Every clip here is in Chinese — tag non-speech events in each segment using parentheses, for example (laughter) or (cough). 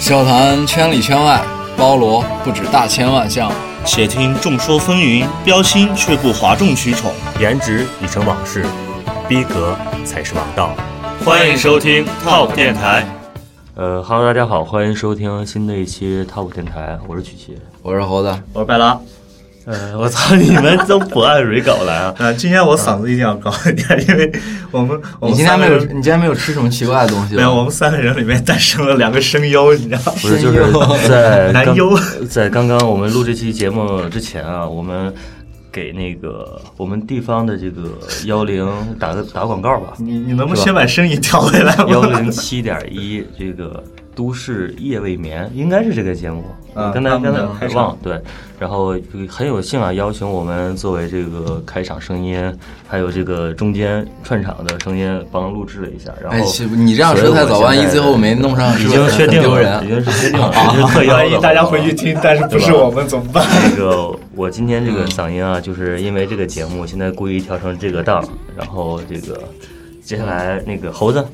笑谈圈里圈外，包罗不止大千万项。且听众说纷纭，标新却不哗众取宠。颜值已成往事，逼格才是王道。欢迎收听 Top 电台，呃哈喽，大家好，欢迎收听新的一期 Top 电台，我是曲奇。我是猴子，我是白 (laughs) 拉。呃，我操，你们都不按蕊稿来啊？ (laughs) 啊，今天我嗓子一定要高一点，因为我们我你们今天三没个有，人你今天没有吃什么奇怪的东西吧？没有，我们三个人里面诞生了两个声优，你知道吗？不是，声就是优 (laughs) 在男刚优在刚刚我们录这期节目之前啊，我们给那个我们地方的这个幺零打个打广告吧，你你能不能先把声音调回来 (laughs) 幺吗？零七点一这个都市夜未眠，应该是这个节目。啊刚才他刚们的开才场忘了对，然后很有幸啊，邀请我们作为这个开场声音，还有这个中间串场的声音，帮录制了一下。然哎，后其你这样说太早，哦所以我万一现在最后没弄上，已是不经是确定很丢了，已人。经是确 (laughs) 定了，这是特邀万一的。大家回去听，但是不是我们怎么办？那个，我今天嗯这个嗓音啊，就是因为这个节目，现在故意调成这个档，然后这个接下来那个猴子，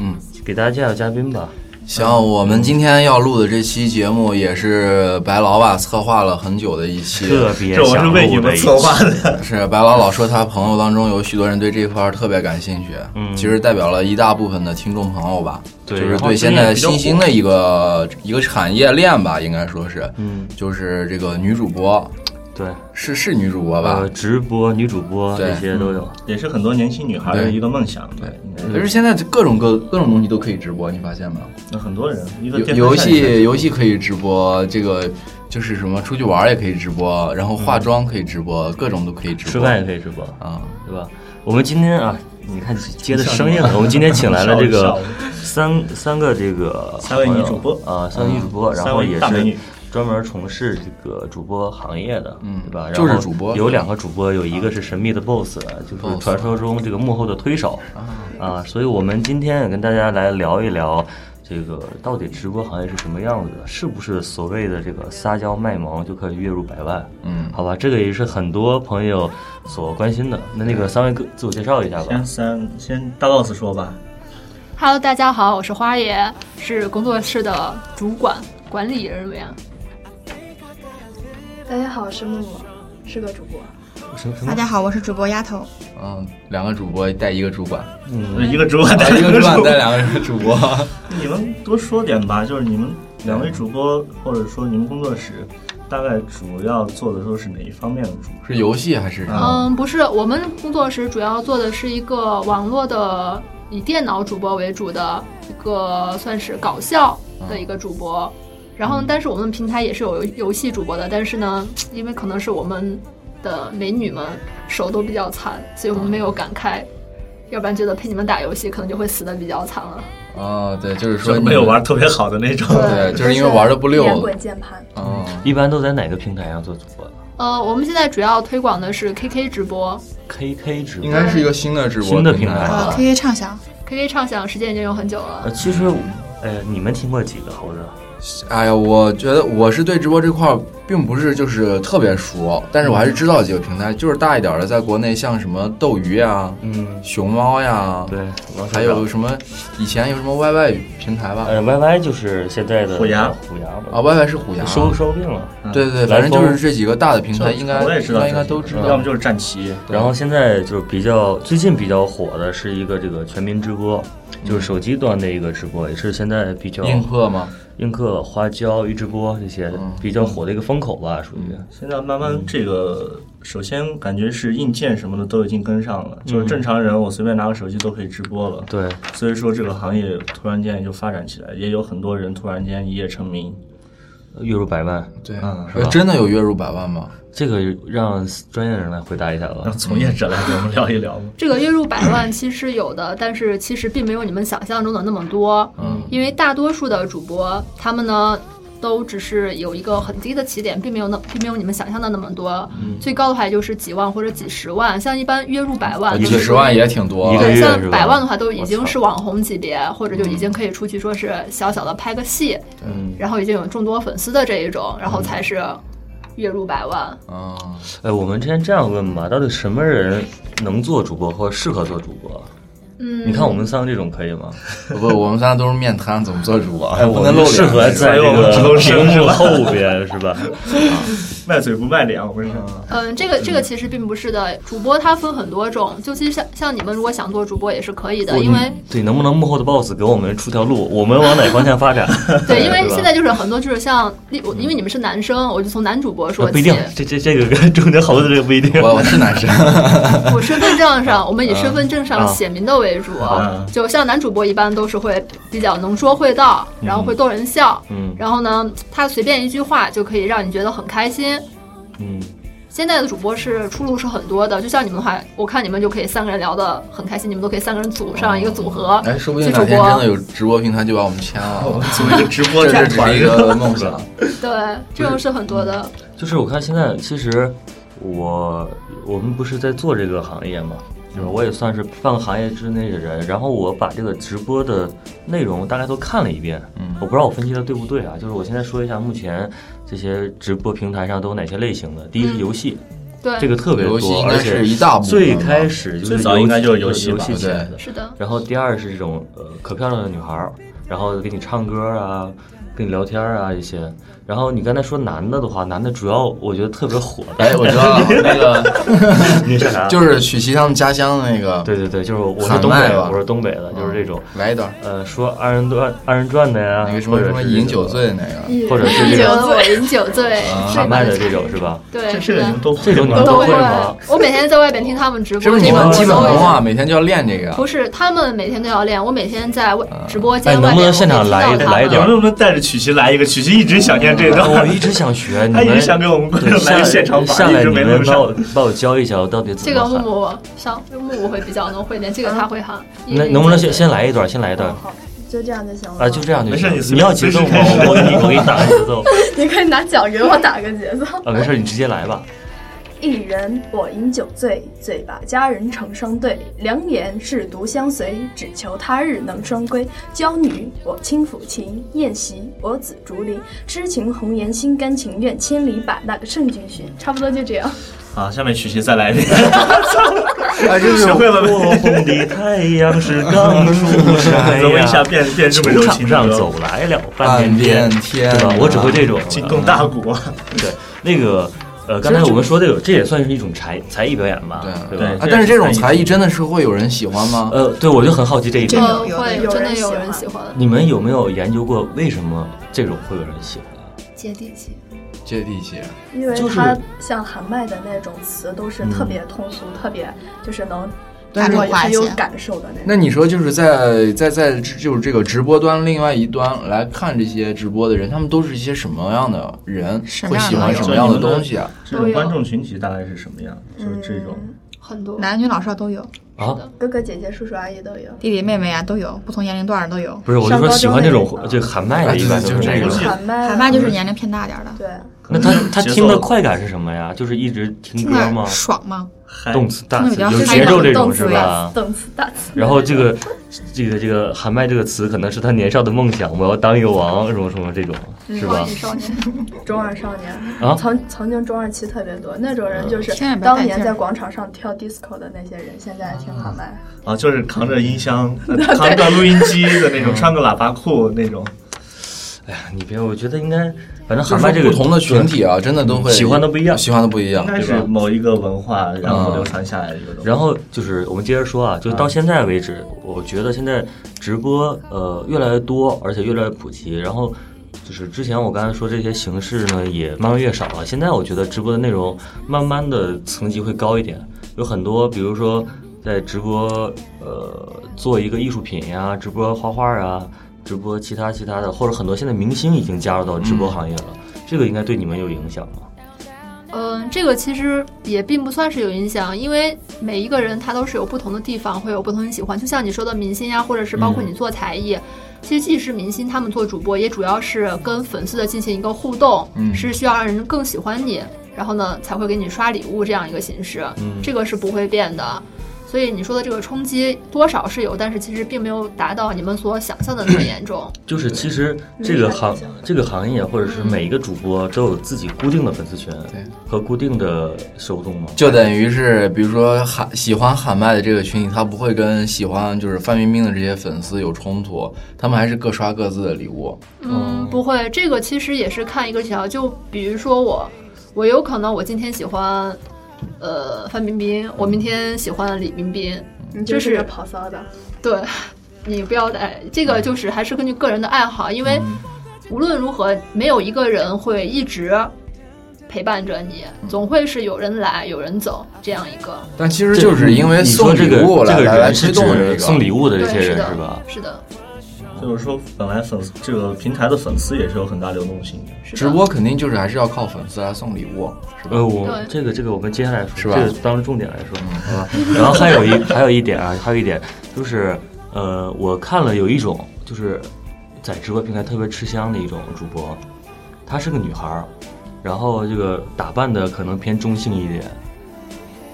嗯，给大家介绍嘉宾吧。行，我们今天要录的这期节目也是白老吧策划了很久的一期，特别这我是想为你录的们一策期划的，是白老老说他朋友当中有许多人对这一块儿特别感兴趣，嗯其实代表了一大部分的听众朋友吧，对就是然后对最现近在比较新兴的一个一个产业链吧，应该说是，嗯，就是这个女主播，对，是是女主播吧呃，？直播、女主播对这些都有。也是很多年轻女孩的一个梦想。对应该，嗯可是现在各种各各种东西都可以直播，你发现没有？那很多人一个游电游台上也戏游戏可以直播，这个就是什么出去玩儿也可以直播，然后化妆可以直播，各种都可以直播。嗯吃饭也可以直播，啊，对吧？我们今天啊，你看接的生硬了。我们今天请来了这笑个了三三个这个三位女朋友主播嗯啊，三位女主播，然三后位也大美是女专门从事这个主播行业的，嗯对吧？就是然后主播有两个主播，有一个是神秘的 BOSS，就是传说中这个幕后的推手啊。所以我们今天也跟大家来聊一聊。这个到底直播行业是什么样子的？是不是所谓的这个撒娇卖萌就可以月入百万？嗯，好吧，这个也是很多朋友所关心的。那那个三位各自我介绍一下吧先。三先大 boss 说吧， Hello，大家好，我是花爷，是工作室的主管管理人员。大家好，我是木木，是个主播。什么什大么？家好，我是主播丫头。嗯，两个主播带一个主管，嗯，一个主管啊带一个主管主带两个主播。 (laughs) 你们多说点吧，就是你们两位主播，或者说你们工作室，大概主要做的都是哪一方面的主播？是游戏还是什么？嗯，不是，我们工作室主要做的是一个网络的，以电脑主播为主的一个算是搞笑的一个主播。然后，但是我们平台也是有游游戏主播的，但是呢，因为可能是我们的美女们手都比较残，所以我们没有敢开，要不然觉得陪你们打游戏可能就会死的比较惨了。啊，对，就是就说是你没有玩特别好的那种。对，呃就是因为玩的不溜连滚键盘，啊。一般都在哪个平台上做主播啊呃，我们现在主要推广的是 KK 直播， ？KK 直播应。该是一个新的直播啊新的平台吧呃，K K 畅想， KK 畅想时间已经有很久了呃，。其实，呃，你们听过几个猴子？啊哎呀，我觉得我是对直播这块儿并不是就是特别熟，但是我还是知道几个平台，就是大一点儿的，在国内像什么斗鱼呀、嗯，熊猫呀，对，王还有什么以前有什么 YY 平台吧？呃，YY 就是现在的虎牙虎牙啊嘛， ，YY 是虎牙，收收并了。对对对，反蓝正就风是这几个大的平台，应该我也知道这应些，该都知要道么。就是战旗，然后现在就是比较最近比较火的是一个这个全民直播，就是手机端的一个直播，也是现在比较映客吗？映客、花椒、鱼直播这些嗯比较火的一个风口吧，属于。现在慢慢这个，首先感觉是硬件什么的都已经跟上了，就是正常人我随便拿个手机都可以直播了。对，所以说这个行业突然间就发展起来，也有很多人突然间一夜成名。月入百万，对，嗯呃真的有月入百万吗？这个让专业人来回答一下吧让。嗯从业者来给我们聊一聊吧。这个月入百万其实有的，但是其实并没有你们想象中的那么多。嗯，因为大多数的主播他们呢，都只是有一个很低的起点，并没有那并没有你们想象的那么多。嗯最高的话也就是几万或者几十万，像一般月入百万，一个几十万也挺多啊一个了。月对，像是吧百万的话都已我经操是网红级别，或者就已经可以出去说是小小的拍个戏，嗯然后已经有众多粉丝的这一种，然后才是月入百万。嗯，哎，我们之前这样问吧，到底什么人能做主播或适合做主播？嗯，你看我们三个这种可以吗？不，我们仨都是面瘫，怎么做主播？哎，不我能露们脸。适合在这个屏幕后边是吧？卖嘴不卖脸，我跟你说。嗯，这个这个其实并不是的，主播他分很多种，就其实像像你们如果想做主播也是可以的，我因 (laughs) 为你对，能不能幕后的 boss 给我们出条路？我们往哪方向发展？对，因为吧现在就是很多就是像，例我因为你们是男生，我就从男主播说呃不一起定。，这这这个跟中间猴子这个不一定。我我是男生， (laughs) 我身份证上，我们以身份证上嗯啊写明的为主啊，就像男主播一般都是会比较能说会道，然后会逗人笑，嗯然后呢，他随便一句话就可以让你觉得很开心。嗯，现在的主播是出路是很多的，就像你们的话，我看你们就可以三个人聊得很开心，你们都可以三个人组上一个组合。哦哎，说不定去主哪天真播的有直播平台就把我们签 (laughs) 了。组一个直 (laughs) 播这站这只团是一个梦想，对，这种是很多的。 (laughs) 嗯就是我看现在其实我我们不是在做这个行业嘛，就是我也算是半个行业之内的人，然后我把这个直播的内容大概都看了一遍，嗯我不知道我分析的对不对啊，就是我现在说一下目前这些直播平台上都有哪些类型的，第一是游戏，对，这个特别游戏多，应而该且是一大部分吧。最开始就是最早游应该就是游游戏吧戏起来的，(laughs) 是的，然后第二是这种呃可漂亮的女孩儿，然后给你唱歌啊，跟你聊天啊一些。然后你刚才说男的的话，男的主要我觉得特别火的，哎，我知 (laughs) 道了那个你是啥？就是许琪他们家乡的那个，对对对， (laughs) 就是我是喊东北麦的，吧我是东北的，就是这种来一段呃说二人转二人转的呀，那个什或么者什么是这饮种酒醉的那个，啊或者是饮这种酒醉，饮酒醉，喊麦的这种 (laughs) 是吧？对，这这是个的你们都会这种你吗们都都会会吗？我每天在外边听他们直播，是不是你们我基本都会文化每天就要练这个不是，他们每天都要练，我每天在外直播间哎外能不能面我现可以场听来到一他来一 (laughs) 们点我能不能带着曲奇来一个？曲奇一直想念这 (laughs) 段，我一直想学，你他一们直想给我们观对众来下个现场版，下一来直你没弄们帮我上。帮我教一下，我到底怎这么个喊木？木上木木会比较能会练，这个他会喊。那能不能先先来一段？先来一段哦好，就这样就行了。啊，就这样就没行事。你随你要随节奏时吗？开始我我给你我给你打个节奏。 (laughs) 你可以拿脚给我打个节奏。啊，没哎事，你直接来吧。一人我饮酒醉，醉把佳人成双对。良言是独相随，只求他日能双归。娇女我轻抚琴，宴席我紫竹林。痴情红颜心甘情愿，千里把那个圣君寻。差不多就这样。好，下面曲奇再来一遍，哎，这学是会了没？落红的太阳是刚出山怎么一下变变这么球柔场情上了？走来了 (laughs) 半半边边天啊对吧？我只会这种。惊动大鼓，啊对那个呃，刚才我们说这个，这也算是一种才才艺表演吧，对对？吧啊，但是这种才艺真的是会有人喜欢吗？呃，对，我就很好奇这一点。呃，有会人有真的人有喜人欢喜欢你们有没有研究过为什么这种会有人喜欢？接地气。接地气，因为就是它像喊麦的那种词都是特别通俗，特嗯别就是能打大我众化很有一些感受的那那种。你说就是在在在就是这个直播端另外一端来看这些直播的人，他们都是一些什么样的人？什么会样的喜欢人什么样的东西啊？这种观众群体大概是什么样？就是这种，很多，男女老少都有，啊？哥哥姐姐、叔叔阿姨都有。弟弟妹妹啊都有，不同年龄段儿都有。不是，我就上说高喜中欢这那种种就喊麦啊的，一般对都对是这就种是。喊麦啊，喊麦就是年龄偏大点儿的，对，啊那他他节奏听的快感是什么呀？就是一直听听歌着吗？爽吗？嗨动词大听词得比较有嗨节奏嘛这动种词是吧？动词大词。然后这个这个这个喊麦这个词可能是他年少的梦想，我要当一个王，什么什么这种嗯是吧？少年，中二少年啊曾曾经中二期特别多，那种人就是千万别带当年劲儿在广场上跳 disco 的那些人，现在挺喊麦。啊，就是扛着音箱、扛着录音机的那种，穿个喇叭裤那种。哎呀，你别，我觉得应该，反正就是喊麦这个不同的群体啊，真的都会喜欢的不一样喜欢的不一样应。该是某一个文化，然后流传下来的一个东西。然后就是我们接着说啊，就到现在为止，我觉得现在直播呃越来越多，而且越来越普及。然后就是之前我刚才说这些形式呢，也慢慢越少了。现在我觉得直播的内容慢慢的层级会高一点，有很多，比如说在直播呃做一个艺术品呀、直播画画啊，直播其他其他的，或者很多现在明星已经加入到直播行业了，这个应该对你们有影响吗？嗯，这个其实也并不算是有影响，因为每一个人他都是有不同的地方，会有不同的喜欢。就像你说的明星呀，啊或者是包括你做才艺，其实即使明星他们做主播，也主要是跟粉丝的进行一个互动，嗯是需要让人更喜欢你，然后呢才会给你刷礼物这样一个形式，这个是不会变的。所以你说的这个冲击多少是有，但是其实并没有达到你们所想象的那么严重。就是其实这个行没啥影响这个行业或者是每一个主播都有自己固定的粉丝群对和固定的受众嘛。就等于是，比如说喊喜欢喊麦的这个群体，他不会跟喜欢就是范冰冰的这些粉丝有冲突，他们还是各刷各自的礼物。哦嗯，不会，这个其实也是看一个小，就比如说我，我有可能我今天喜欢，呃，范冰冰，我明天喜欢李冰冰，嗯你就就是是个跑骚的，对， (laughs) 你不要带这个，就是还是根据个人的爱好，因为嗯无论如何，没有一个人会一直陪伴着你，嗯总会是有人来有人走这样一个。但其实就是因为你送说这礼个物来这个来来人是推动这指个啊送礼物的对这些，是人的，是吧？是的，就是说，本来粉丝这个平台的粉丝也是有很大流动性的。是的。直播肯定就是还是要靠粉丝来送礼物，是吧？呃，我对这个这个我们接下来说，是吧嗯这个当重点来说，好吧？然后还有一还有一点啊，还有一点就是，呃，我看了有一种就是在直播平台特别吃香的一种主播，她是个女孩儿，然后这个打扮的可能偏中性一点，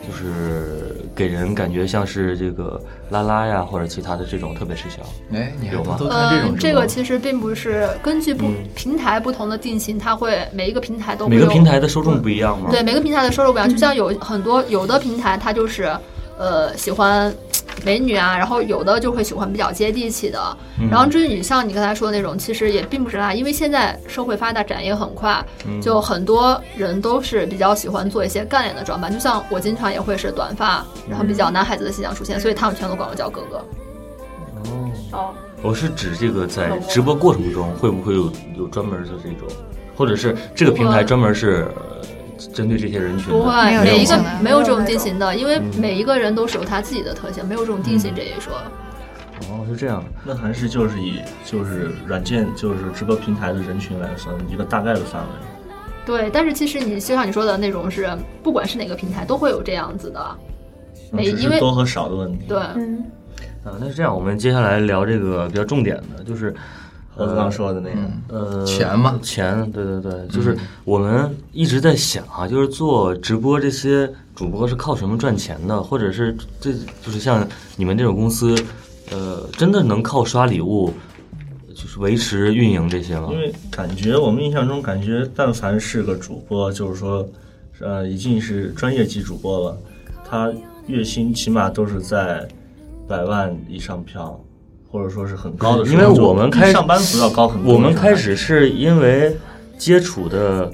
就是给人感觉像是这个拉拉呀或者其他的这种特别吃香。哎，你还有吗都看这嗯呃种，直这播嗯个？其实并不是根据不、平台不同的定性，它会每一个平台都哦会每有嗯个平台的受众不一样嘛，对每个平台的收入不一样，就像有很多有的平台它就是，呃，喜欢美女啊，然后有的就会喜欢比较接地气的。然后至于你像你刚才说的那种，其实也并不是啦，因为现在社会发达，展也很快，就很多人都是比较喜欢做一些干练的装扮。就像我经常也会是短发，然后比较男孩子的形象出现，所以他们全都管我叫哥哥。哦，我是指这个在直播过程中会不会有有专门的这种，或者是这个平台专门是呃针对这些人群的？不没会，有每一个定性的没有这种定嗯型的，因为每一个人都是有他自己的特性，没有这种定型这一说。哦，是这样。那还是就是以就是软件就是直播平台的人群来算一个大概的范围。对，但是其实你就像你说的那种是，不管是哪个平台都会有这样子的，嗯每只哎因是为多和少的问题。对，嗯，啊，那是这样，我们接下来聊这个比较重点的，就是我刚刚说的那个，呃，钱吗钱，对对对，就是我们一直在想啊，就是做直播这些主播是靠什么赚钱的，或者是这就是像你们这种公司，呃，真的能靠刷礼物就是维持运营这些吗因？为感觉我们印象中感觉，但凡是个主播，就是说，呃，已经是专业级主播了，他月薪起码都是在百万以上飘，或者说是很高的水因平。为我们就开比上班族要高很多。我们开始是因为接触的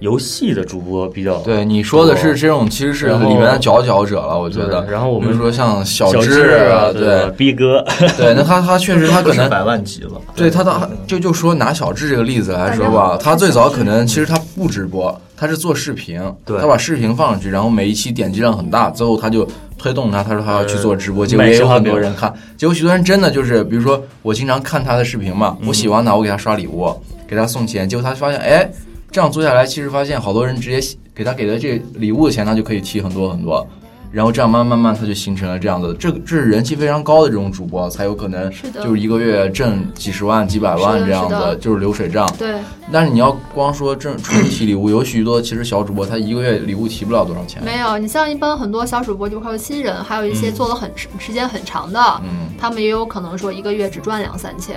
游戏的主播比较对你说的是这种，其实是然后里面的佼佼者了，我觉得。对然后我们比如说像小小智啊，吧对逼哥，对，那他他确实他不可是能百万级了，对他当就就说拿小智这个例子来说吧，他最早可能其实他不直播，他是做视频，对他把视频放上去，然后每一期点击量很大，最后他就推动他，他说他要去做直播，呃结果卖也有烧很饼多人看，结果许多人真的就是，比如说我经常看他的视频嘛，我喜欢他，我给他刷礼物，给他送钱，结果他发现，哎，这样做下来，其实发现好多人直接给他给的这礼物的钱，他就可以提很多很多。然后这样慢慢慢，他就形成了这样的，这个这是人气非常高的这种主播，才有可能是的就是一个月挣几十万、几百是万的这样是子的，就是流水账。对，但是你要光说这纯提礼物，有许多其实小主播他一个月礼物提不了多少钱。没有。你像一般很多小主播，就还有新人，还有一些嗯做了很、时间很长的，嗯，他们也有可能说一个月只赚两三千，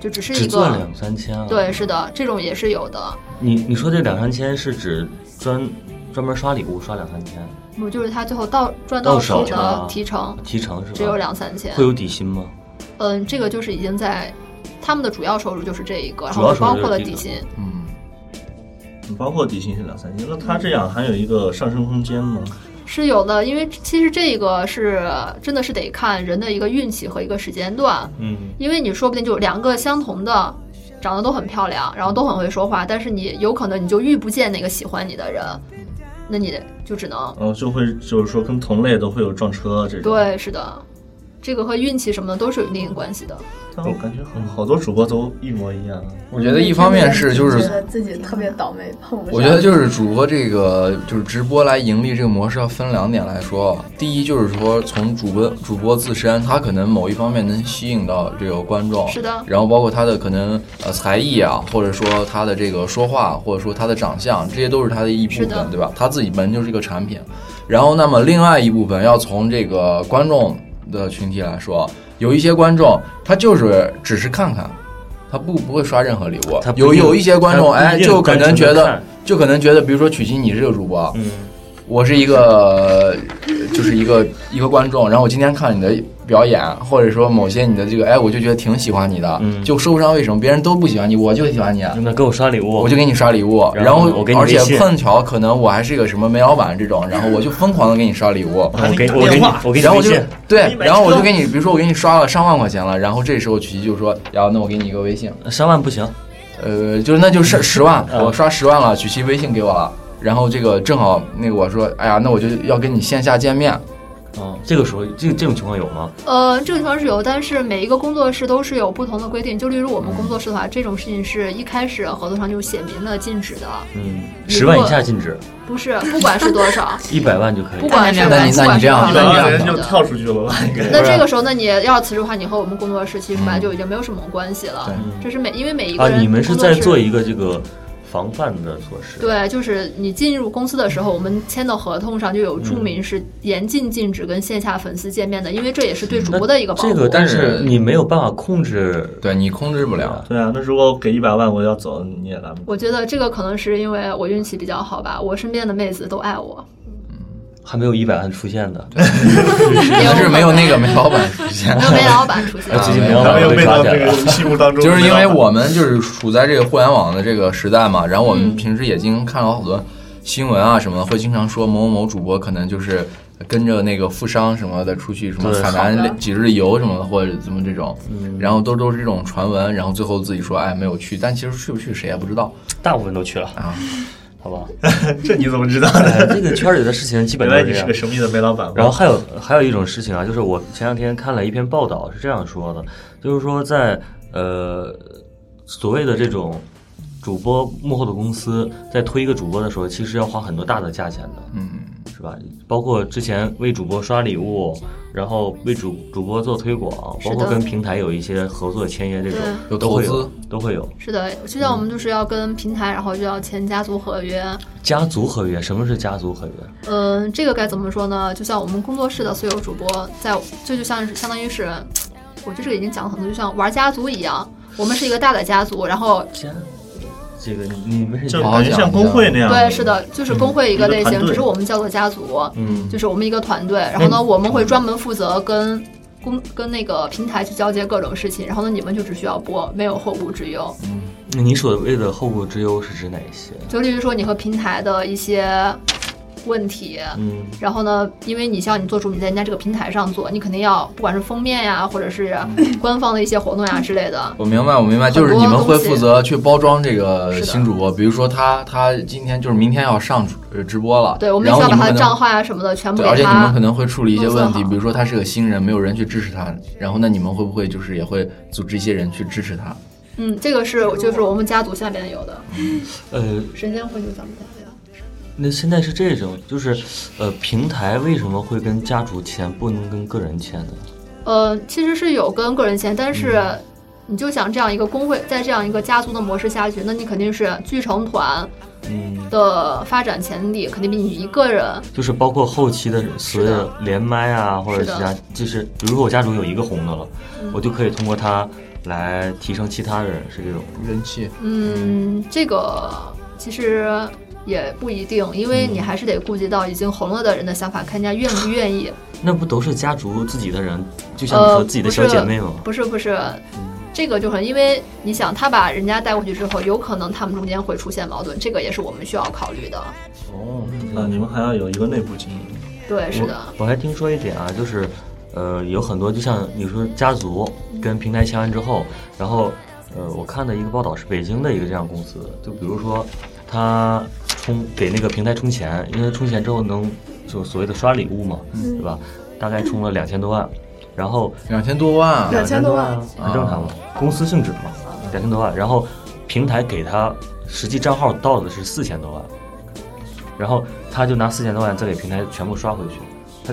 就只是只一赚个。两三千啊。，对，是的，这种也是有的。你你说这两三千是指专专门刷礼物刷两三千，我就是他最后到赚到到手手了的提成提成是吧？只有两三千会。有底薪吗？嗯，这个就是已经在他们的主要收入就是这一个，然主要后收入包就是括了这个底薪。嗯，包括底薪是两三千，那他这样还有一个上升空间吗？是有的，因为其实这个是真的是得看人的一个运气和一个时间段，嗯，因为你说不定就两个相同的，长得都很漂亮，然后都很会说话，但是你有可能你就遇不见那个喜欢你的人，那你就只能然后就会就是说跟同类都会有撞车啊这种。，对，是的，这个和运气什么的都是有一定关系的。但我感觉好好多主播都一模一样啊。我觉得一方面是就觉是，得自己特别倒霉，碰不上。我啊觉得就是主播这个就是直播来盈利这个模式要分两点来说。啊第一就是说从主播主播自身，他可能某一方面能吸引到这个观众，是的然后包括他的可能呃才艺啊，或者说他的这个说话，或者说他的长相，这些都是他的一部是的分，对吧？他自己本身就是一个产品。然后，那么另外一部分要从这个观众的群体来说，有一些观众他就是只是看看，他不不会刷任何礼物他。不有一定有一些观众，他不一哎，定就可单纯能觉地得看，就可能觉得，比如说曲奇，你是个主播，啊嗯，我是一个，呃就是一个一个观众，然后我今天看你的表演，或者说某些你的这个，哎，我就觉得挺喜欢你的，嗯就说不上为什么别人都不喜欢你，我就喜欢你，啊那给我刷礼物，我就给你刷礼物，然后后我给你而且微信碰巧可能我还是个什么煤老板这 (laughs) 种，然后我就疯狂的给你刷礼物。我给我给电你话我给你然后微我就信，对，然后我就给你，比如说我给你刷了上万块钱了，然后这时候曲奇就说，然后那我给你一个微信，上万不行，呃，就是那就是十万，嗯我刷十万了，曲奇微信给我了，然后这个正好那个我说，哎呀，那我就要跟你线下见面，嗯，这个时候这这种情况有吗？呃，这个情况是有，但是每一个工作室都是有不同的规定。就例如我们工作室的话，这种事情是一开始合同上就写明了禁止的，嗯，如十万以果下禁止，不是不管是多少，一百万就可不以。管是那 (laughs) 那你那你这样不百管是那万人你就跳出去了吧？ (laughs) 应该那这个时候，那你要辞职的话，你和我们工作室其实本来就已经没有什么关系了。这是每因为每一嗯个啊，人你们是工作在室做一个这个防范的措施。，对，就是你进入公司的时候，我们签的合同上就有嗯注明是严禁禁止跟线下粉丝见面的，因为这也是对主播的一个保嗯护。这个但是是你没有办法控制，对你控制不嗯了，对啊，那如果给一百万我要走，你也拦不住。我觉得这个可能是因为我运气比较好吧，我身边的妹子都 (laughs) 爱我。还没有一百万出现的。可能是没有那个煤老板出现没。有煤老板出现啊哎，最近没没有有咱把们我又被抓起来了。心目当中 (laughs) 就是因为我们就是处在这个互联网的这个时代嘛，然后我嗯们平时也经常看到好多新闻啊什么的，会经常说某某某主播可能就是跟着那个富商什么的出去什么对海好的南几日游什么的，或者怎么这种，嗯然后都都是这种传闻，然后最后自己说哎没有去，但其实去不去谁也不知道大部分都去了，啊。好吧？ (laughs) 这你怎么知道的？哎这个圈里的事情基本原都来 (laughs) 你是是这样个。神秘的煤老板吗。然后还有还有一种事情啊，就是我前两天看了一篇报道，是这样说的，就是说在呃所谓的这种主播幕后的公司在推一个主播的时候，其实要花很多大的价钱的，嗯，是吧？包括之前为主播刷礼物，然后为主主播做推广，是包的括跟平台有一些合作签约这种，有都投会有资，都会有。是的，就像我们就是要跟平台，然后就要签家族合约。家族合约，什么是家族合约？嗯，这个该怎么说呢？就像我们工作室的所有主播，在这就像是相当于是，我觉得这个已经讲了很多，就像玩家族一样。我们是一个大的家族，然后家，这个你你们是就好感觉像工会那样。对，是。的，就是工会一个类一个团型，队只是我们叫做家族，嗯，就是我们一个团队。然后呢，我们会专门负责跟公跟那个平台去交接各种事情。然后呢，你们就只需要播，没有后顾之忧。那你所谓的后顾之忧是指哪一些？就例如说你和平台的一些问题，嗯，然后呢，因为你像你做主，你在人家这个平台上做，你肯定要不管是封面呀，或者是嗯官方的一些活动呀之类的，我明白，我明白，很多就是你们会东西负责去包装这个是的新主播，比如说他他今天就是明天要上主呃直播了，对我们然后需要你们把他可能的账号呀什么的全部对，而给且你们他可。能会处理一些问题，弄好比如说他是个新人，没有人去支持他，然后那你们会不会就是也会组织一些人去支持他？嗯，这个是就是我们家族下面有的呃，神仙会就咱们家的。那现在是这种，就是呃，平台为什么会跟家族签，不能跟个人签呢？呃，其实是有跟个人签，但是。嗯你就想这样一个工会，在这样一个家族的模式下去，那你肯定是聚成团嗯，的发展潜力，肯定比你一个人就是包括后期的所谓的连麦啊，或者是其的嗯他，就是比如说我家族有一个红的了，我就可以通过它来提升其他人，是这种。人气，嗯，这个其实也不一定，因为你还是得顾及到已经红了的人的想法，看人家愿不愿意。那不都是家族自己的人，就像你呃，说自己的小姐妹吗？嗯不是不是不是，这个就是因为你想，他把人家带过去之后，有可能他们中间会出现矛盾，这个也是我们需要考虑的。哦，啊，你们还要有一个内部经营。对，是的，我我还听说一点啊，就是，呃，有很多就像你说家族跟平台签完之后，然后，呃，我看的一个报道是北京的一个这样公司，就比如说他充给那个平台充钱，因为充钱之后能就所谓的刷礼物嘛，对吧？大概充了两千多万，然后两千多万啊，两千多万啊很正常嘛，公司性质嘛，两千多万，然后平台给他实际账号到的是四千多万，然后他就拿四千多万再给平台全部刷回去，他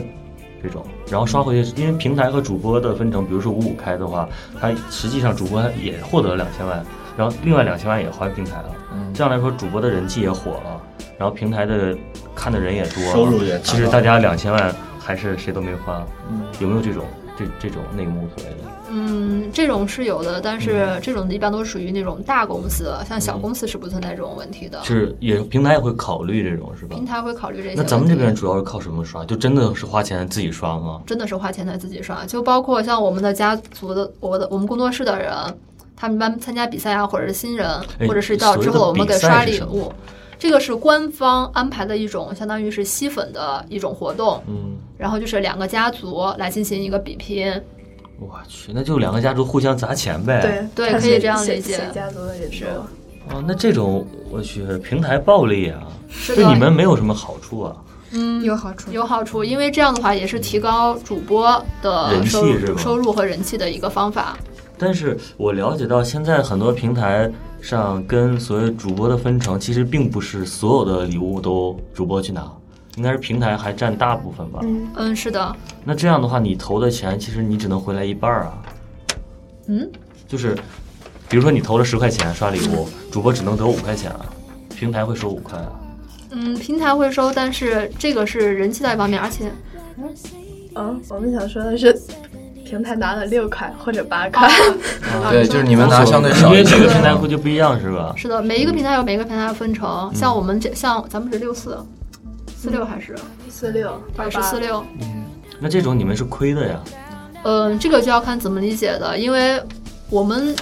这种，然后刷回去，因为平台和主播的分成，比如说五五开的话，他实际上主播也获得了两千万，然后另外两千万也还平台了，这样来说主播的人气也火了，然后平台的看的人也多，收入也其实达到大家两千万还是谁都没花，有没有这种这这种内幕之类的？嗯，这种是有的，但是嗯这种一般都属于那种大公司，像小公司是不存在这种问题的。 (laughs) 是也平台也会考虑这种是吧平？台会考虑这些。那咱们这边主要是靠什么刷？就真的是花钱自己刷吗？真的是花钱在自己刷，就包括像我们的家族的、我的、我们工作室的人，他们一般参加比赛啊，或者是新人，哎或者是到之后我们给刷礼所谓的比赛是什物，这个是官方安排的一种，相当于是吸粉的一种活动。嗯，然后就是两个家族来进行一个比拼，我去，那就两个家族互相砸钱呗。对对看可以谁这样谁理解谁家族的人是多，哦，那这种我去平台暴力啊，是对的你们没有什么好处啊？嗯有好处。有好处，因为这样的话也是提高主播的人气收是入、吧收入和人气的一个方法。但是我了解到，现在很多平台上跟所谓主播的分成，其实并不是所有的礼物都主播去拿，应该是平台还占大部分吧。嗯，嗯，是的，那这样的话，你投的钱其实你只能回来一半儿啊。嗯，就是比如说你投了十块钱刷礼物，主播只能得五块钱啊，平台会收五块啊。嗯，平台会收，但是这个是人气的一方面，而且嗯，我们想说的是，平台拿了六块或者八块，啊啊对，就是你们拿相对因少为一些每个平台估计不一样是吧？是的，每一个平台有每一个平台的分成，像我们这像咱们是六四。四六还是四六八还是八四六？那这种你们是亏的呀。嗯，这个就要看怎么理解的，因为我们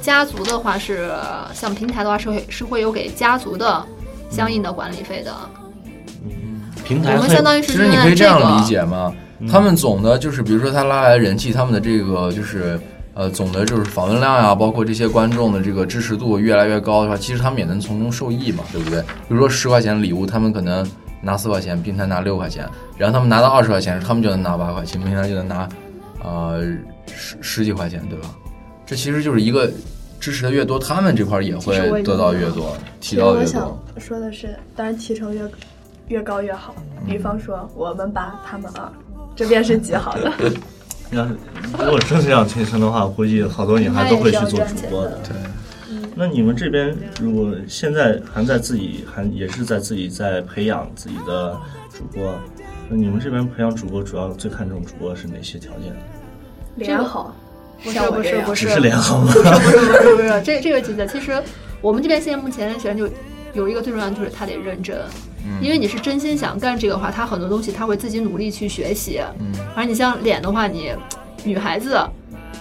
家族的话是像平台的话是会是会有给家族的相应的管理费的，平我台们会相当于是其实你用可在以这这样理个解吗？嗯他们总的就是，比如说他拉来的人气，他们的这个就是呃总的就是访问量呀、包括这些观众的这个支持度越来越高的话，其实他们也能从中受益嘛，对不对？比如说十块钱的礼物，他们可能拿四块钱，平台拿六块钱，然后他们拿到二十块钱，他们就能拿八块钱，平台就能拿呃十十几块钱，对吧？这其实就是一个支持的越多，他们这块儿也会其实我也得到越多，提其实到的我越想多。说的是，当然提成越越高越好。比方说，我们八，他们二，这便是极好的。 (laughs) 要是如果真是要提升的话，估计好多女孩都会去做主播的。对，那你们这边如果现在还在自己还也是在自己在培养自己的主播，那你们这边培养主播主要最看重主播是哪些条件？脸好，不是像我不这是样不只是是脸好吗？不是不是不是不是，这这个级的，其实我们这边现在目前的学生就有一个最重要的就是他得认真，因为你是真心想干这个的话，他很多东西他会自己努力去学习。嗯，而你像脸的话，你女孩子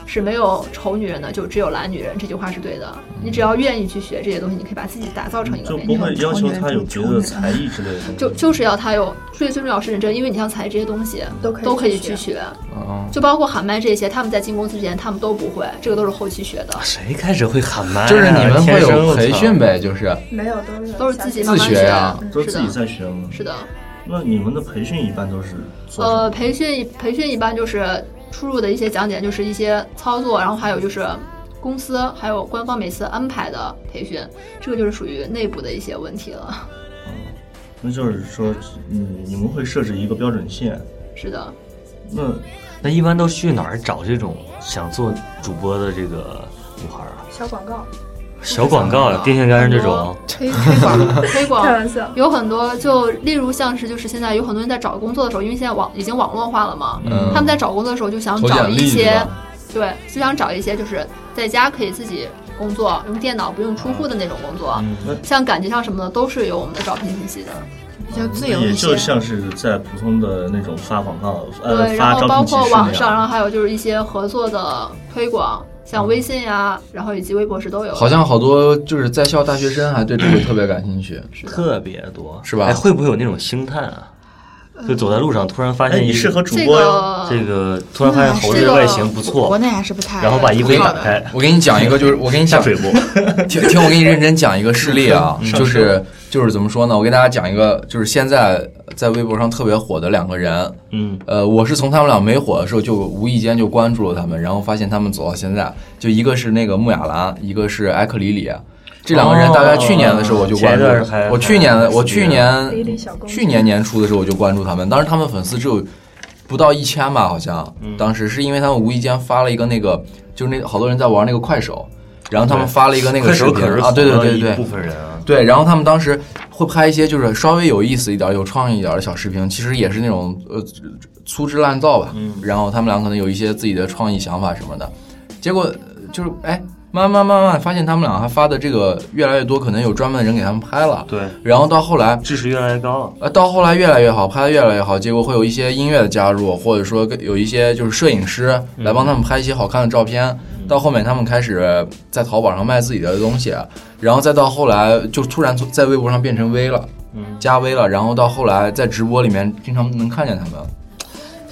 是没有丑女人的，就只有懒女人，这句话是对的。你只要愿意去学这些东西，你可以把自己打造成一个就美不女。会要求他有别的才艺之类的东西。就就是要他有最最重要是认真，因为你像才艺这些东西都可以都可以去去学，哎嗯，就包括喊麦这些，他们在进公司之前他们都不会，这个都是后期学的。谁开始会喊麦啊？就是你们会天生有我操培训呗，就是。没有都是都是自己下慢自慢学呀嗯都是自己的，在学吗？是的。那你们的培训一般都是做什么呃，培训培训一般就是出入的一些讲解，就是一些操作，然后还有就是公司还有官方每次安排的培训，这个就是属于内部的一些问题了。 (laughs) 那就是说，嗯，你们会设置一个标准线。是的，那那一般都去哪儿找这种想做主播的这个女孩儿啊？小广告，小广告啊、电线杆这种，推推广推开广玩笑，有很多，就例如像是就是现在有很多人在找工作的时候，因为现在网已经网络化了嘛，嗯他们在找工作的时候就想投找简历一是些吧？对，就想找一些就是在家可以自己工作，用电脑不用出户的那种工嗯作，像感情上什么的都是有我们的招聘信息的。比较自由也一就些。像是在普通的那种发广告，呃，对，然发后招包聘启括事那网上，然样。后还有就是一些合作的推广，嗯像微信呀、然后以及微博是都有。好像好多就是在校大学生还对这个特别感兴趣，特别多，是吧哎，会不会有那种星探啊？就走在路上突然发哎，现一你适合主这播哟。个这个，突然发现猴这子个外形不国错，内还是不太，然后把衣服一打不好的开，我给你讲一个，就是我给你下讲，水波。 (laughs) 听听我给你认真讲一个事例 (laughs) 啊，就是就是怎么说呢？我给大家讲一个，就是现在在微博上特别火的两个人，嗯，呃，我是从他们俩没火的时候就无意间就关注了他们，然后发现他们走到现在，就一个是那个穆雅兰，一个是埃克里里。这两个人大概去年的时候我就关注前一段还，我去年的还我去年李李小公主去年年初的时候我就关注他们，当时他们粉丝只有不到一千吧，好像嗯当时是因为他们无意间发了一个那个，就是那好多人在玩那个快手，然后他们发了一个那个快视手频可是啊，对对对一对部分人啊，对，然后他们当时会拍一些就是稍微有意思一点、有创意一点的小视频，其实也是那种呃粗制滥造吧。嗯然后他们俩可能有一些自己的创意想法什么的，结果呃就是哎，慢慢慢慢发现他们俩还发的这个越来越多，可能有专门的人给他们拍了。对，然后到后来，知识越来越高了。呃，到后来越来越好，拍的越来越好，结果会有一些音乐的加入，或者说跟有一些就是摄影师来帮他们拍一些好看的照片。到后面他们开始在淘宝上卖自己的东西，然后再到后来就突然从在微博上变成 V 了，加 V 了，然后到后来在直播里面经常能看见他们，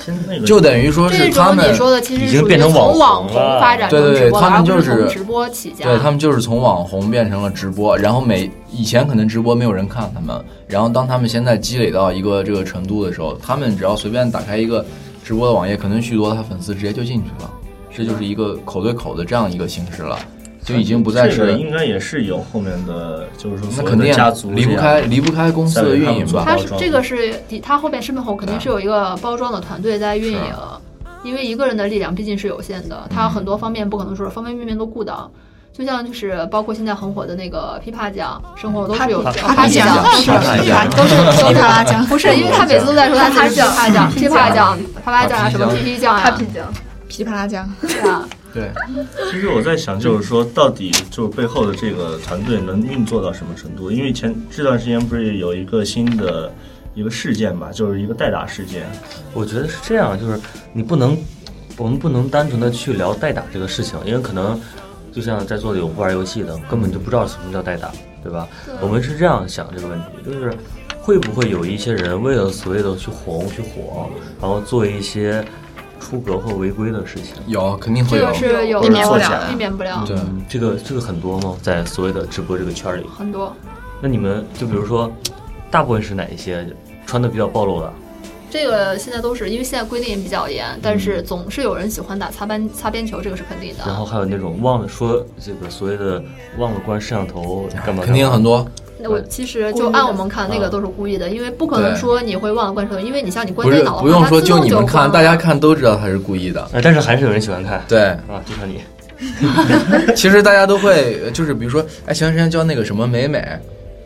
现在那个就等于说这是他种们你说的其实已是经属于变成网从网红红了发展对成对直对播，他而们不就是从直播起家。对他们就是从网红变成了直播，然后每以前可能直播没有人看他们，然后当他们现在积累到一个这个程度的时候，他们只要随便打开一个直播的网页，可能许多他粉丝直接就进去了，这就是一个口对口的这样一个形式了，就已经不再这个是应该也是有后面的，就是说那所谓肯的啊定家族离不这样开离不开公司的运营吧。它是包装这个是底，它后面身背后肯定是有一个包装的团队在运营，啊因为一个人的力量毕竟是有限的，嗯他很多方面不可能说是方方面面都顾到。就像就是包括现在很火的那个琵琶奖，生活都是有啪啪奖奖，是啪啪奖都是噼都是啪讲，不是，因为他每次都在说他自己是啪啪奖、噼噼啪啪奖奖、啪啪奖啊，什么啪 PP 酱他呀，比较噼啪讲，对啊，对，其实我在想，就是说，到底就是背后的这个团队能运作到什么程度？因为前这段时间不是有一个新的一个事件嘛，就是一个代打事件，我觉得是这样，就是你不能，我们不能单纯的去聊代打这个事情，因为可能就像在座的有不玩游戏的，根本就不知道什么叫代打，对吧？我们是这样想这个问题，就是会不会有一些人为了所谓的去红去火，然后做一些出格或违规的事情？有肯定会这有个，是有避免不了的避免不了对嗯，这个这个很多吗？在所谓的直播这个圈儿里，很多。那你们就比如说，大部分是哪一些穿的比较暴露的？这个现在都是因为现在规定也比较严，但嗯是总是有人喜欢打擦边擦边球，这个是肯定的。然后还有那种忘了说这个所谓的忘了关摄像头干嘛？啊肯定很。多。那我对其实故就意的按我们看那个都是故意的，因为不可能哎嗯对说你会忘了关摄像头，因为你像你关不是电脑的话，不用它说，自就动你就们关看，了大家看都知道他是故意的。呃，但是还是有人喜欢看对，啊，就像你，其实大家都会，呃就是比如说，哎，前段时间叫那个什么美美，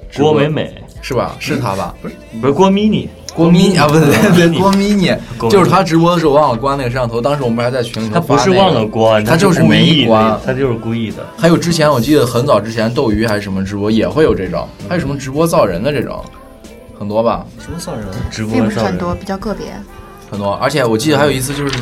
直播郭美美是吧？是她吧？嗯不是郭 mini，郭咪啊，不对对对，郭咪你郭咪就是她直播的时候忘了关那个摄像头，当时我们还在群里她头不发是那个忘了关，她就是是故没意关的，她就是故意的。还有之前我记得很早之前斗鱼还是什么直播也会有这种，还有什么直播造人的这种，很多吧，什么算人？直播并不是上很人多，比较个别。很多。而且我记得还有一次就是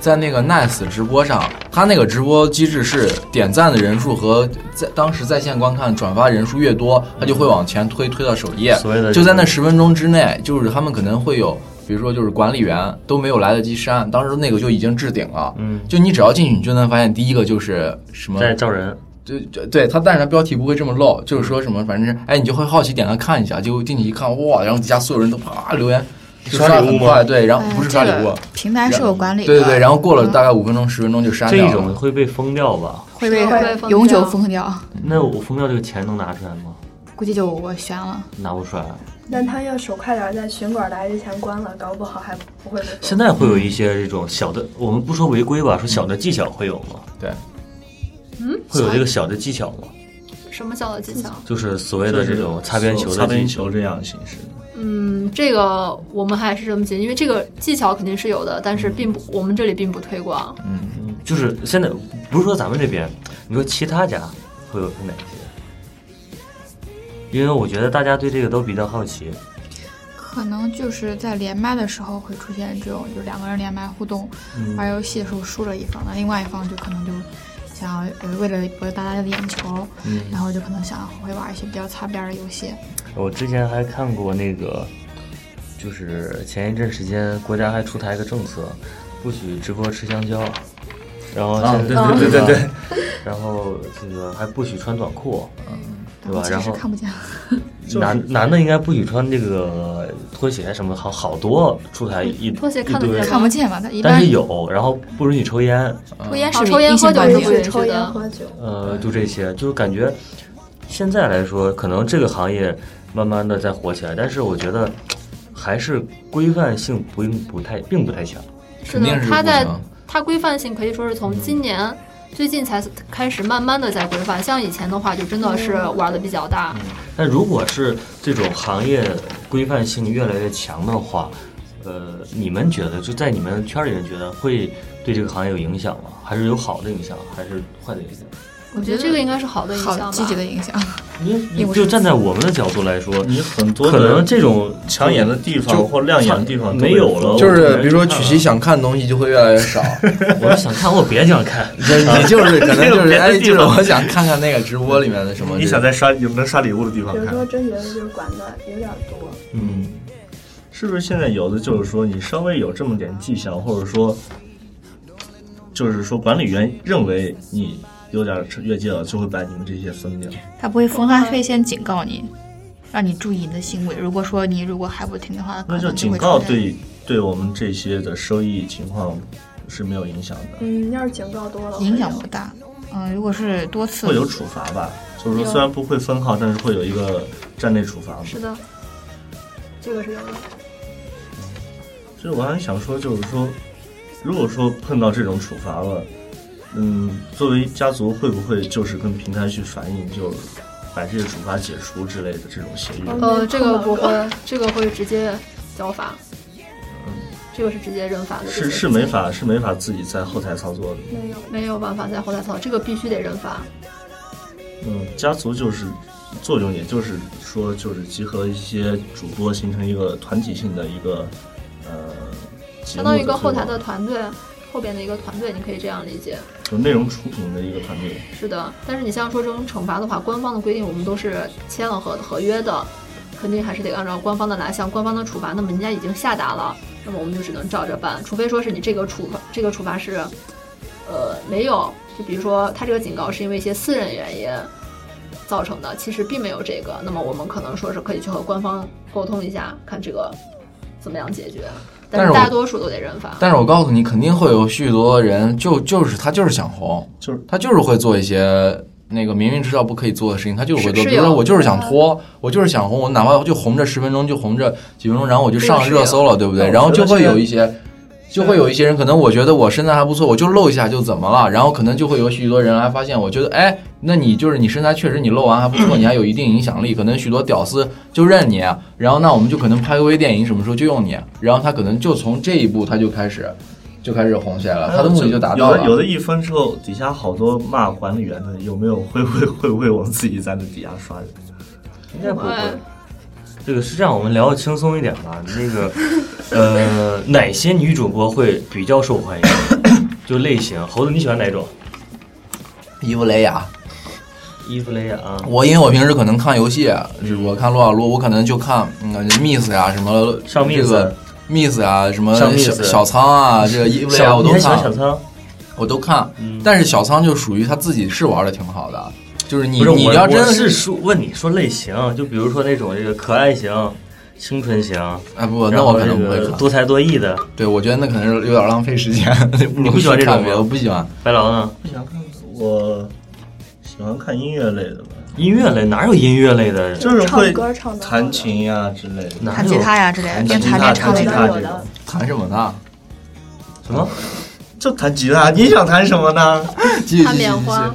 在那个 Nice 直播上，他那个直播机制是点赞的人数和在当时在线观看转发人数越多，他就会往前推，推到首页。所谓的就在那十分钟之内，就是他们可能会有，比如说就是管理员都没有来得及删，当时那个就已经置顶了。嗯，就你只要进去，你就能发现第一个就是什么，在照人，就就对他，但是他标题不会这么露，就是说什么，反正是哎，你就会好奇点开看一下，结果进去一看，哇，然后底下所有人都啪留言，就刷刷的礼物很吗快，对，然后哎哦不是刷礼这物个，平台是有管理的，对对对，然后过了大概五分钟十分钟就删这掉一了。种会被封掉吧？会被会被封永掉久封掉，那我封掉这个钱能拿出来吗？估计就我悬了。拿不出来。但他要手快点，在巡管来之前关了，搞不好还不会被封。现在会有一些这种小的，我们不说违规吧，说小的技巧会有吗？对，嗯，会有这个小的技巧吗？什么叫的嗯技巧？就是所谓的这种擦边球的擦边技巧球这样的形式。嗯，这个我们还是这么解，因为这个技巧肯定是有的，但是并不，我们这里并不推广。嗯就是现在不是说咱们这边，你说其他家会有哪些？因为我觉得大家对这个都比较好奇，可能就是在连麦的时候会出现这种，就两个人连麦互动，玩游戏的时候输了一方，那另外一方就可能就想要呃为了博得大家的眼球，然后就可能想要会玩一些比较擦边儿的游戏。我之前还看过那个，就是前一阵时间国家还出台一个政策，不许直播吃香蕉，然后现在、啊对对 (laughs) 对对对，嗯然后这个还不许穿短裤，对吧？其然实后看不见，就是男男的应该不许穿这个拖鞋什么，好好多出台一拖鞋看得一堆见吗 (laughs) 看不见吧？但一但般是有，然后不允许抽烟，抽烟好是抽烟异性喝酒关是注不是允抽许烟的。喝酒，呃，就这些，就是感觉现在来说，可能这个行业慢慢的在火起来，但是我觉得还是规范性不并不太并不太强。是肯定的是，不它在行它规范性可以说是从今年最近才开始慢慢的在规范。像以前的话，就真的是嗯玩的比较大。那如果是这种行业规范性越来越强的话，呃，你们觉得就在你们圈里人觉得会对这个行业有影响吗？还是有好的影响，还是坏的影响？我觉得这个应该是好的影响吧。好积极的影 (laughs) 响。哎因为就站在我们的角度来说， (laughs) 你很多可能这种抢眼的地方或亮眼的地方都没有了，就是比如说曲啊奇想看的东西就会越来越 (laughs) 少，我想看，我别想看。你就是可能就是别的哎，地就是方我想看看那个直播里面的什么。你想在刷有能刷礼物的地方有时候看，真觉得就是管的有点多。嗯，是不是现在有的就是说你稍微有这么点迹象，或者说，就是说管理员认为你有点越界了，就会把你们这些封掉。他不会封话费先警告你，让你注意你的行为。如果说你如果还不听的话，那可就能警会告出现对对我们这些的收益情况是没有影响的，嗯，要是警告多了，影响不大。嗯，如果是多次会有处罚吧？就是说虽然不会分号，但是会有一个站内处罚嘛。是的，这个是有的。所以我还想说，就是说，如果说碰到这种处罚了，嗯，作为家族会不会就是跟平台去反映，就把这些处罚解除之类的这种协议？嗯呃，这个嗯不会，这个会直接交罚，这个是直接认罚的。是是没法是没法自己在后台操作的。没有。没有办法在后台操，这个必须得认罚。嗯，家族就是作用，也就是说就是集合一些主播，形成一个团体性的一个呃，节相目当于的一个推后台广的团队，后边的一个团队，你可以这样理解。有内容出品的一个团队。是的，但是你像说这种惩罚的话，官方的规定我们都是签了合合约的，肯定还是得按照官方的来，像官方的处罚，那么人家已经下达了，那么我们就只能照着办，除非说是你这个处罚这个处罚是，呃，没有，就比如说他这个警告是因为一些私人原因造成的，其实并没有这个，那么我们可能说是可以去和官方沟通一下，看这个怎么样解决，但但是是我大多数都得认罚。但是我告诉你，肯定会有许多人就就是他就是想红，就是他就是会做一些那个明明知道不可以做的事情，他就是会做。是是比如说，有我就是想拖，我就是想红，我哪怕就红这十分钟，就红这几分钟，然后我就上是有热搜了，对不对？但我然后觉就得会现在有一些。就会有一些人，可能我觉得我身材还不错，我就露一下就怎么了？然后可能就会有许多人来发现，我觉得，哎，那你就是你身材确实你露完还不错，你还有一定影响力，可能许多屌丝就认你，然后那我们就可能拍个微电影，什么时候就用你，然后他可能就从这一步他就开始就开始红起啊嗯来了，他的目的就达到有的有了。的一分之后，底下好多骂管理员的，有没有会会会不会我们自己在那底下刷人？应该不会对。这个是这样，我们聊的轻松一点吧。那个，呃，哪些女主播会比较受欢迎？就类型，猴子你喜欢哪种？伊芙蕾雅，伊芙蕾雅啊，啊我因为我平时可能看游戏直播，看撸啊撸，我可能就看嗯 Miss 呀、什么上这 Miss 个 Miss 啊什么上小 Miss 小仓啊，这个伊芙蕾雅小我你都还喜欢小看，仓？我都看。嗯但是小仓就属于他自己是玩的挺好的，就是你不是你我要真我是说问你说类型，就比如说那种这个可爱型、清纯型，哎不，那然我后可这能不会个看。多才多艺的。对，我觉得那可能是有点浪费时间，不你如不喜欢去这种看别的，吗我 (laughs) 不喜欢。白狼啊呢？不想看，我喜欢看音乐类的吧，音乐类哪有音乐类的？就是会唱歌唱得好的弹琴呀、之类的，哪弹有吉他呀之类的，弹边吉弹他边弹唱吉那他种。这有种的，谈什么呢？什么？就弹吉他。你想弹什么呢？继续看棉继续继续花，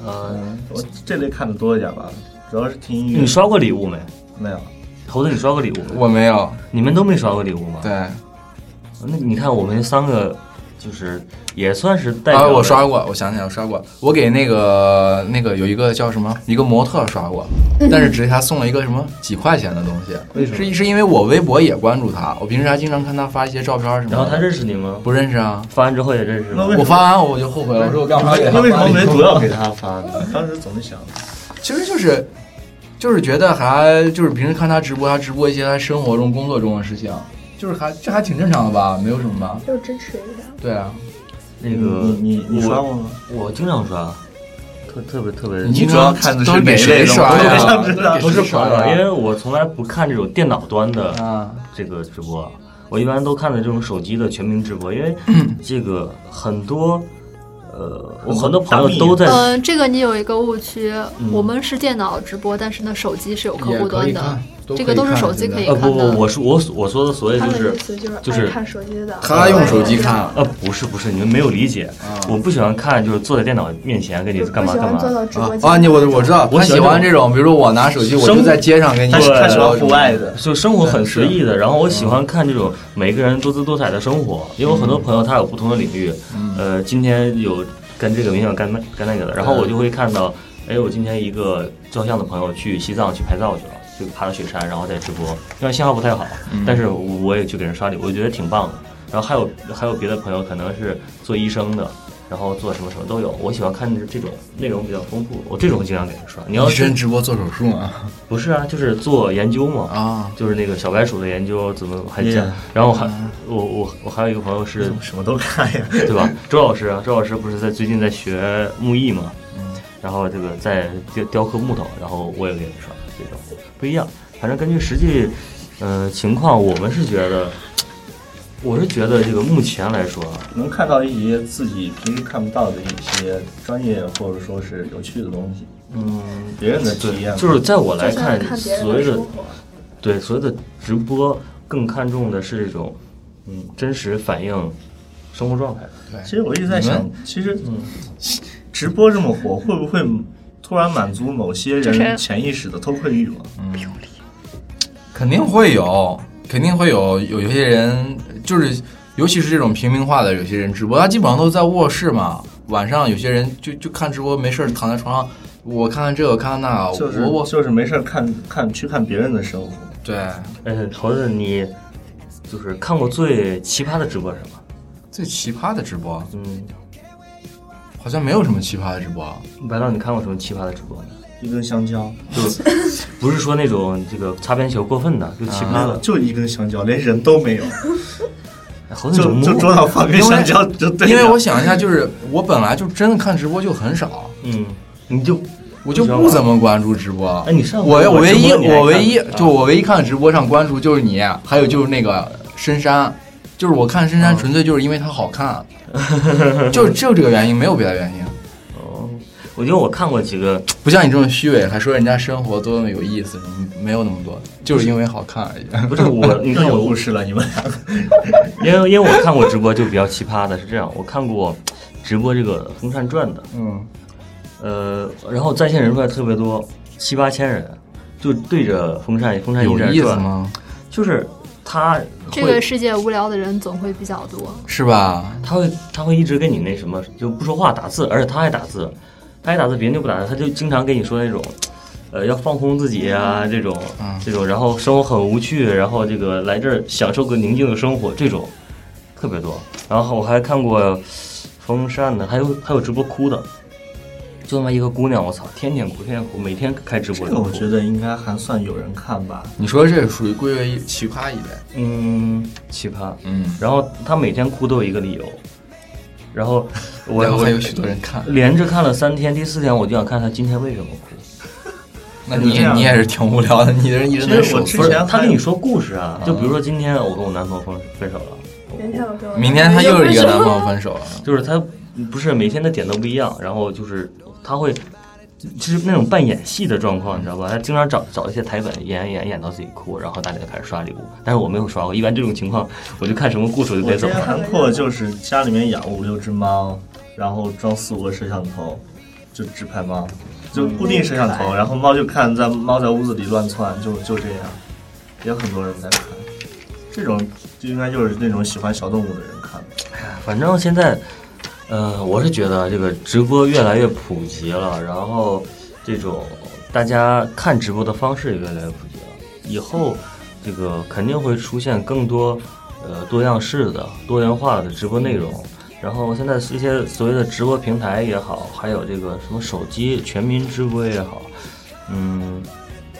嗯呃，我这类看的多一点吧，主要是听音乐。你刷过礼物没？没有？猴子，你刷过礼物没？我没有，你们都没刷过礼物吗？对，那你看我们三个，就是也算是代表、啊，我刷。过，我想起来我刷过，我给那个那个有一个叫什么一个模特刷过，但是只给他送了一个什么几块钱的东西，为什么是是因为我微博也关注他，我平时还经常看他发一些照片什么的。然后他认识你吗？不认识啊？发完之后也认识吗那？为我发完我就后悔了，我说我干嘛给他你为什发么礼没物主要给他发呢？当时怎么想的？其实就是就是觉得还就是平时看他直播，他直播一些他生活中、工作中的事情，就是还这还挺正常的吧，没有什么吧？就支持一下。对啊，那个你你你刷过吗？我经常刷，特特别特别。你主要看的都是哪给一类谁的？刷我呀也想知道。都不给是谁刷刷呀因为我从来不看这种电脑端的啊，这个直播，我一般都看的这种手机的全民直播，因为嗯这个很多，呃，我很多朋友 (laughs) 都在呃嗯，这个你有一个误区，我们是电脑直播，但是呢，手机是有客也户可以端看的，，都这可个以都是看手机现在可以呃，不看不，的我说我所我说的所谓他就的是意思就是就是爱看手机的，他用手机看啊呃，不是不是，你们没有理解，啊我不喜欢看，就是坐在电脑面前跟你就干嘛不喜干欢嘛坐。到直啊播间啊！你我我知道，我他喜喜欢欢这这种，比如说我拿手机，我生就在街上跟你他喜他喜聊欢户外的，就生活很随意的，然后我喜欢看这种每个人多姿多彩的生活，因为我很多朋友他有不同的领域，嗯呃，今天有干这个，明天有干那干那个的，然后我就会看到，哎，我今天一个照相的朋友去西藏去拍照去了，就爬到雪山，然后再直播，因为信号不太好，嗯但是我也去给人刷礼，我觉得挺棒的。然后还有还有别的朋友可能是做医生的。然后做什么什么都有，我喜欢看这种内容比较丰富，我这种会经常给人刷。你要医是生直播做手术嘛不是啊，就是做研究嘛， (laughs) 啊，就是那个小白鼠的研究怎么还讲 Yeah 然后还嗯我我我还有一个朋友是，什么都看呀。 (laughs) 对吧？周老师啊，周老师不是在最近在学木艺嘛，嗯然后这个在雕雕刻木头，然后我也给你刷这种不一样，反正根据实际呃情况，我们是觉得，我是觉得这个目前来说啊， (laughs) 能看到一些自己平时看不到的一些专业或者说是有趣的东西，嗯，别人的体验对，就是在我来就像看，看别人所的谓的生活。对，所有的直播更看重的是这种，嗯，真实反映生活状态。其实我一直在你想，其实嗯直播这么火，会不会突然满足某些人潜意识的偷窥欲望？肯定会有，肯定会有，有有些人就是，尤其是这种平民化的，有些人直播，他基本上都在卧室嘛，晚上有些人就就看直播，没事儿躺在床上，我看看这个，看看那个，就是哦我我就是没事儿看看去看别人的生活，对，嗯，猴子，你就是看过最奇葩的直播是什么？最奇葩的直播啊嗯，好像没有什么奇葩的直播，啊白浪，你看过什么奇葩的直播呢？一根香蕉，就不是说那种这个擦边球过分的，就奇没葩有的。就一根香蕉，连人都没有，哎猴子，啊就你怎就么桌上放根因为香蕉就对了。因为我想一下，就是我本来就真的看直播就很少，嗯，你就我就不怎么关注直播。哎你上回我我唯直一播你还我唯一看啊就我唯一看直播上关注就是你，还有就是那个深山，就是我看深啊山纯粹就是因为它好看，就就这个原因，没有别的原因。哦，我觉得我看过 (laughs) 几个，不像你这种虚伪，还说人家生活多么有意思，没有那么多，就是因为好看而已。不是我，你更看有我故事了，你们俩因为因为我看过直播就比较奇葩的，是这样，我看过直播这个《风扇传》的，嗯，呃，然后在线人数还特别多，七八千人，就对着风扇，风扇一有直在意思转，吗？就是他这个会，世界无聊的人总会比较多。是吧？他会，他会一直跟你那什么，就不说话打字，而且他爱打字，他爱打字，别人就不打字，他就经常跟你说那种。呃，要放空自己啊，这种，嗯这种，然后生活很无趣，然后这个来这儿享受个宁静的生活，这种特别多。然后我还看过风扇的，还有还有直播哭的，就那么一个姑娘，我操，天天哭，天天哭，每天开直播这就个哭。我觉得应该还算有人看吧。你说这属于归为奇葩一类。嗯，奇葩。嗯，然后他每天哭都有一个理由，然后 (laughs) 我然后我还有许多人看，连着看了三天，第四天我就想看他今天为什么哭。那你这样你也是挺无 (laughs) 聊的，你这人一直在其实我手之不是前还他跟有你说故事啊，就比如说今天我跟我男朋友分分手了，明天我跟我明天他又是一个男朋友分手了，就是他不是每天的点都不一样，然后就是他会。就是那种扮演戏的状况，你知道吧？他经常找找一些台本演演演到自己哭，然后大家就开始刷礼物。但是我没有刷过，一般这种情况我就看什么故事我就我得之走前了。韩阔就是家里面养五六只猫，然后装四五个摄像头，就只拍猫，就固定摄像头，嗯然后猫就看在猫在屋子里乱窜，就就这样，也有很多人在看。这种就应该就是那种喜欢小动物的人看。反正现在，呃，我是觉得这个直播越来越普及了，然后这种大家看直播的方式也越来越普及了。以后这个肯定会出现更多呃多样式的、多元化的直播内容。然后现在一些所谓的直播平台也好，还有这个什么手机全民直播也好，嗯，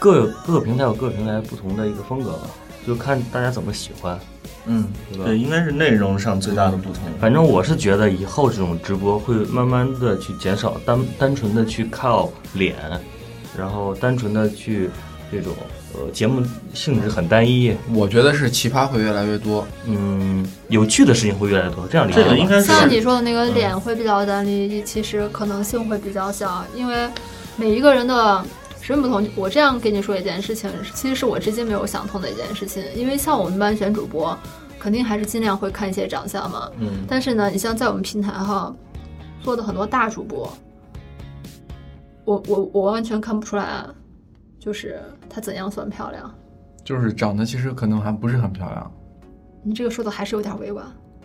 各各个平台有各个平台不同的一个风格吧，就看大家怎么喜欢。嗯，吧对，应该是内容上最大的不同。反正我是觉得以后这种直播会慢慢的去减少单单纯的去靠脸，然后单纯的去这种呃节目性质很单一，我觉得是奇葩会越来越多。嗯，有趣的事情会越来越多，这样理解这个应吧该是像你说的那个脸会比较单一，其实可能性会比较小，因为每一个人的十分不同。我这样跟你说一件事情，其实是我至今没有想通的一件事情，因为像我们班选主播，肯定还是尽量会看一些长相嘛。嗯，但是呢，你像在我们平台哈，做的很多大主播，我我我完全看不出来，就是她怎样算漂亮。就是长得其实可能还不是很漂亮，你这个说的还是有点委婉。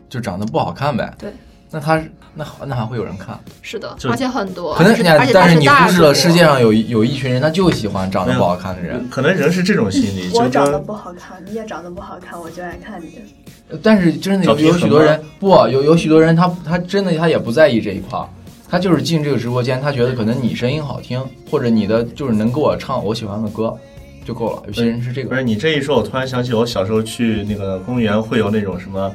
就长得不好看呗。对，那他那那还会有人看？是的，就而且很多，可能而且你看而且她但是你大忽视了主播世界上有一有一群人，他就喜欢长得不好看的嗯人。可能人是这种心理，我就长得跟不好看，你也长得不好看，我就爱看你。但是真的找有平有衡许多吗人不有有许多人他他真的他也不在意这一块儿，他就是进这个直播间，他觉得可能你声音好听，或者你的就是能给我唱我喜欢的歌就够了。有些人是这不个是你这一说，我突然想起我小时候去那个公园，会有那种什么，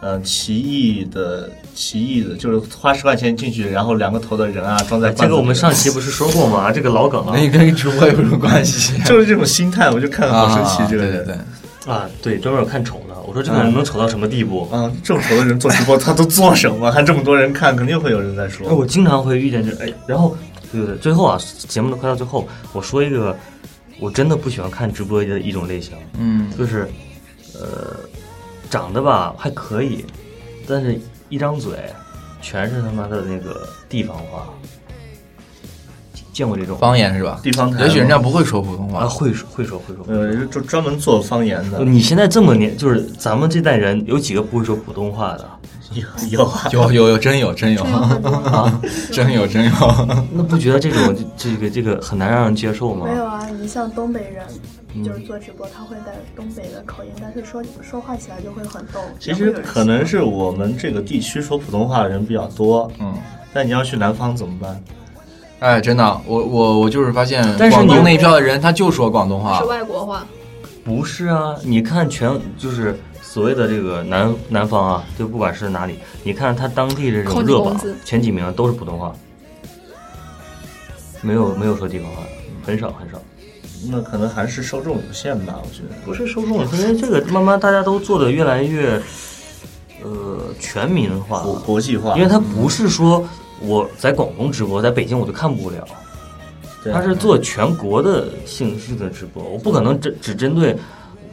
嗯、奇异的奇异的，就是花十块钱进去，然后两个头的人啊装在罐这子个里我们上期不是说过吗？这个老梗啊哎了那跟直播有什么关 (laughs) 系？ (laughs) 就是这种心态，我就看好神奇啊这个对人对。对，啊，对，专门有看丑的。我说这个人能丑到什么地步？啊，这么丑的人做直播，他都做什么？还这么多人看，肯定会有人在 (laughs) 那说。我经常会遇见这，哎，然后对对对，最后啊，节目都快到最后，我说一个，我真的不喜欢看直播的一种类型，嗯，就是，呃，长得吧还可以，但是一张嘴全是他妈的那个地方话，见过这种？方言是吧？地方台，也许人家不会说普通啊，话，会说会说会说。呃，人家就专门做方言嗯的，你现在这么年，就是咱们这代人有几个不会说普通话的？ (laughs) 有有啊，有有有真有真有啊真有很多。真有真有，那不觉得这种这个这个很难让人接受吗没？有啊，你像东北人，嗯就是做直播，他会带东北的口音，但是说说话起来就会很逗。其也会实有人可能是我们这个地区说普通话的人比较多，嗯。但你要去南方怎么办？哎，真的，我我我就是发现但是广你东那一票的人，他就说广东话是，外国话，不是啊，你看全就是所谓的这个南南方啊，就不管是哪里，你看他当地这种扣你热工榜资前几名都是普通话，没有没有说地方话的，很少很少。那可能还是受众有限吧，我觉得。不是受众，因为这个慢慢大家都做的越来越，呃，全民化国了。国际化，因为他不是说我在广东直播，在北京我就看不了，对啊他是做全国的性质的直播，我不可能只只针对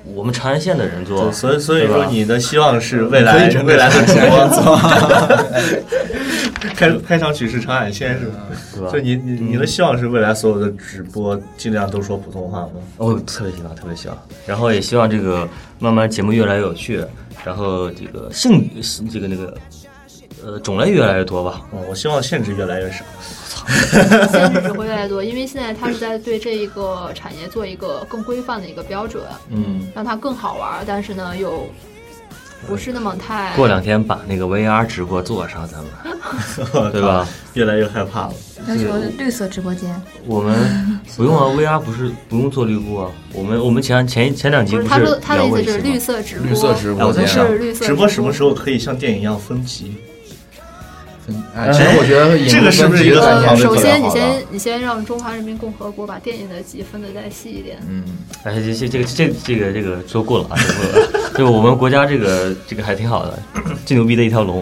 我们长安县的人做对，。所以所以对说吧你的希望是未来未来的直播，开开场曲是长海县是吧？对吧就你你你的希望是未来所有的直播尽量都说普通话吗？我哦特别希望，特别希望，然后也希望这个慢慢节目越来越有趣，然后这个性这个那个呃种类越来越多吧。嗯，我希望限制越来越少。 (laughs) 限制只会越来越多，因为现在它是在对这一个产业做一个更规范的一个标准，嗯，让它更好玩儿，但是呢又不是那么太过两天把那个 VR 直播做上，咱们对吧？越来越害怕了。要求绿色直播间，我们不用啊，VR 不是不用做绿布啊。我们我们前前前两集不是是他说他的聊意过一思期是吗绿？色直播，呃绿色直播我在哎间是啊想，绿色直播直什么播时候可以像电影一样分级？分哎，其实我觉得这个是不是一个很好呃，的首做得先你好的先你先让中华人民共和国把电影的级分的再细一点，嗯，哎，这这这个这这个这个说过了啊，说过了。 (laughs) 就我们国家这个这个还挺好的，最牛逼的一条龙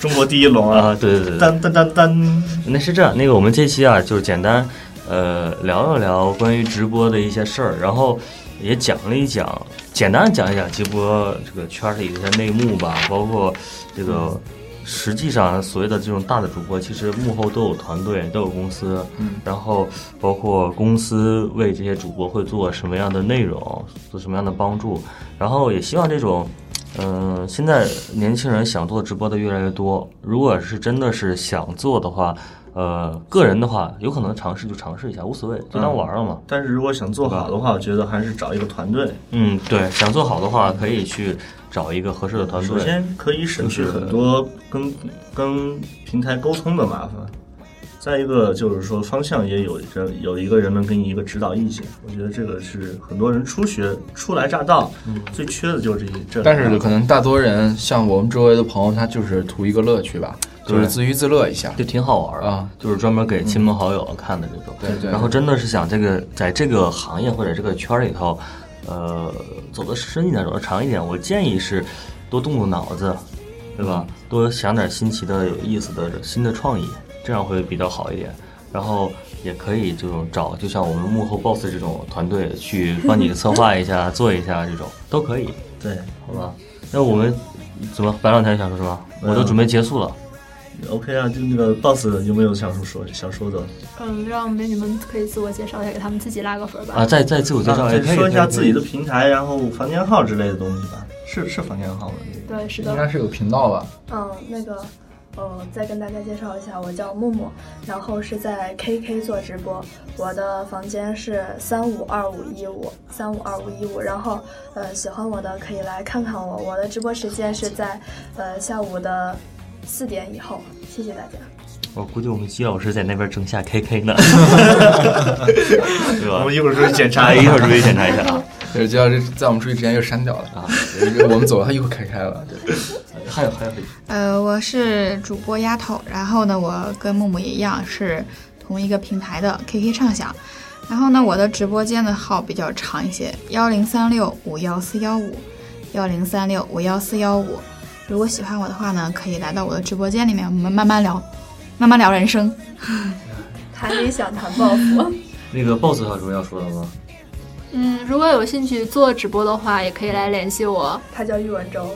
中国第一龙啊！啊！对对对对，当当当当！那是这样。那个我们这期啊，就是简单呃聊一聊关于直播的一些事儿，然后也讲了一讲，简单地讲一讲直播这个圈儿里的一些内幕吧，包括这个。实际上，所谓的这种大的主播，其实幕后都有团队，都有公司，嗯，然后包括公司为这些主播会做什么样的内容，做什么样的帮助，然后也希望这种，嗯、现在年轻人想做直播的越来越多，如果是真的是想做的话，呃，个人的话，有可能尝试就尝试一下，无所谓，就当玩儿了嘛。但是如果想做好的话，我觉得还是找一个团队。嗯，对，想做好的话，可以去找一个合适的团首队。先可以省去就是很多跟跟平台沟通的麻烦，再一个就是说方向也有着有一个人能给你一个指导意见，我觉得这个是很多人初学初来乍到、嗯最缺的就是这这。但是可能大多人像我们周围的朋友，他就是图一个乐趣吧，就是自娱自乐一下。就挺好玩儿啊，就是专门给亲朋好友看的这种。对对然后真的是想这个在这个行业或者这个圈儿里头，呃，走得深一点，走得长一点，我建议是多动动脑子，嗯对吧？多想点新奇的、有意思的、新的创意，这样会比较好一点。然后也可以这种找，就像我们幕后 boss 这种团队去帮你策划一下、做一下这种都可以，对，好吧？那我们怎么白老太想说什么？嗯我都准备结束了， OK 啊，就那个 boss 有没有想说想说的？嗯，让美女们可以自我介绍一下，给他们自己拉个分儿吧。啊，再再自我介绍啊也再可以，说一下可以自己的平台，然后房间号之类的东西吧。是是房间号吗？对，是应该的，是有频道吧？嗯，那个，呃，再跟大家介绍一下，我叫木木，然后是在 KK 做直播，我的房间是三五二五一五三五二五一五，然后呃，喜欢我的可以来看看我，我的直播时间是在呃下午的四点以后，谢谢大家。 (laughs) 我估计我们季老师在那边正下 KK (laughs) 呢，对吧？一会儿出去检 (laughs) 查 (laughs) 一会儿注意检查一下啊。对，就要这在我们出去之前又删掉了啊，我们走了，他又开开了。对，还有还有，呃，我是主播丫头，然后呢，我跟木木也一样是同一个平台的 KK 畅想，然后呢，我的直播间的号比较长一些，幺零三六五幺四幺五，幺零三六五幺四幺五，如果喜欢我的话呢，可以来到我的直播间里面，我们慢慢聊，慢慢聊人生。谈理想，谈抱负。那个 boss 还有什么要说的吗？嗯，如果有兴趣做直播的话，也可以来联系我。 (laughs) 他叫喻文州，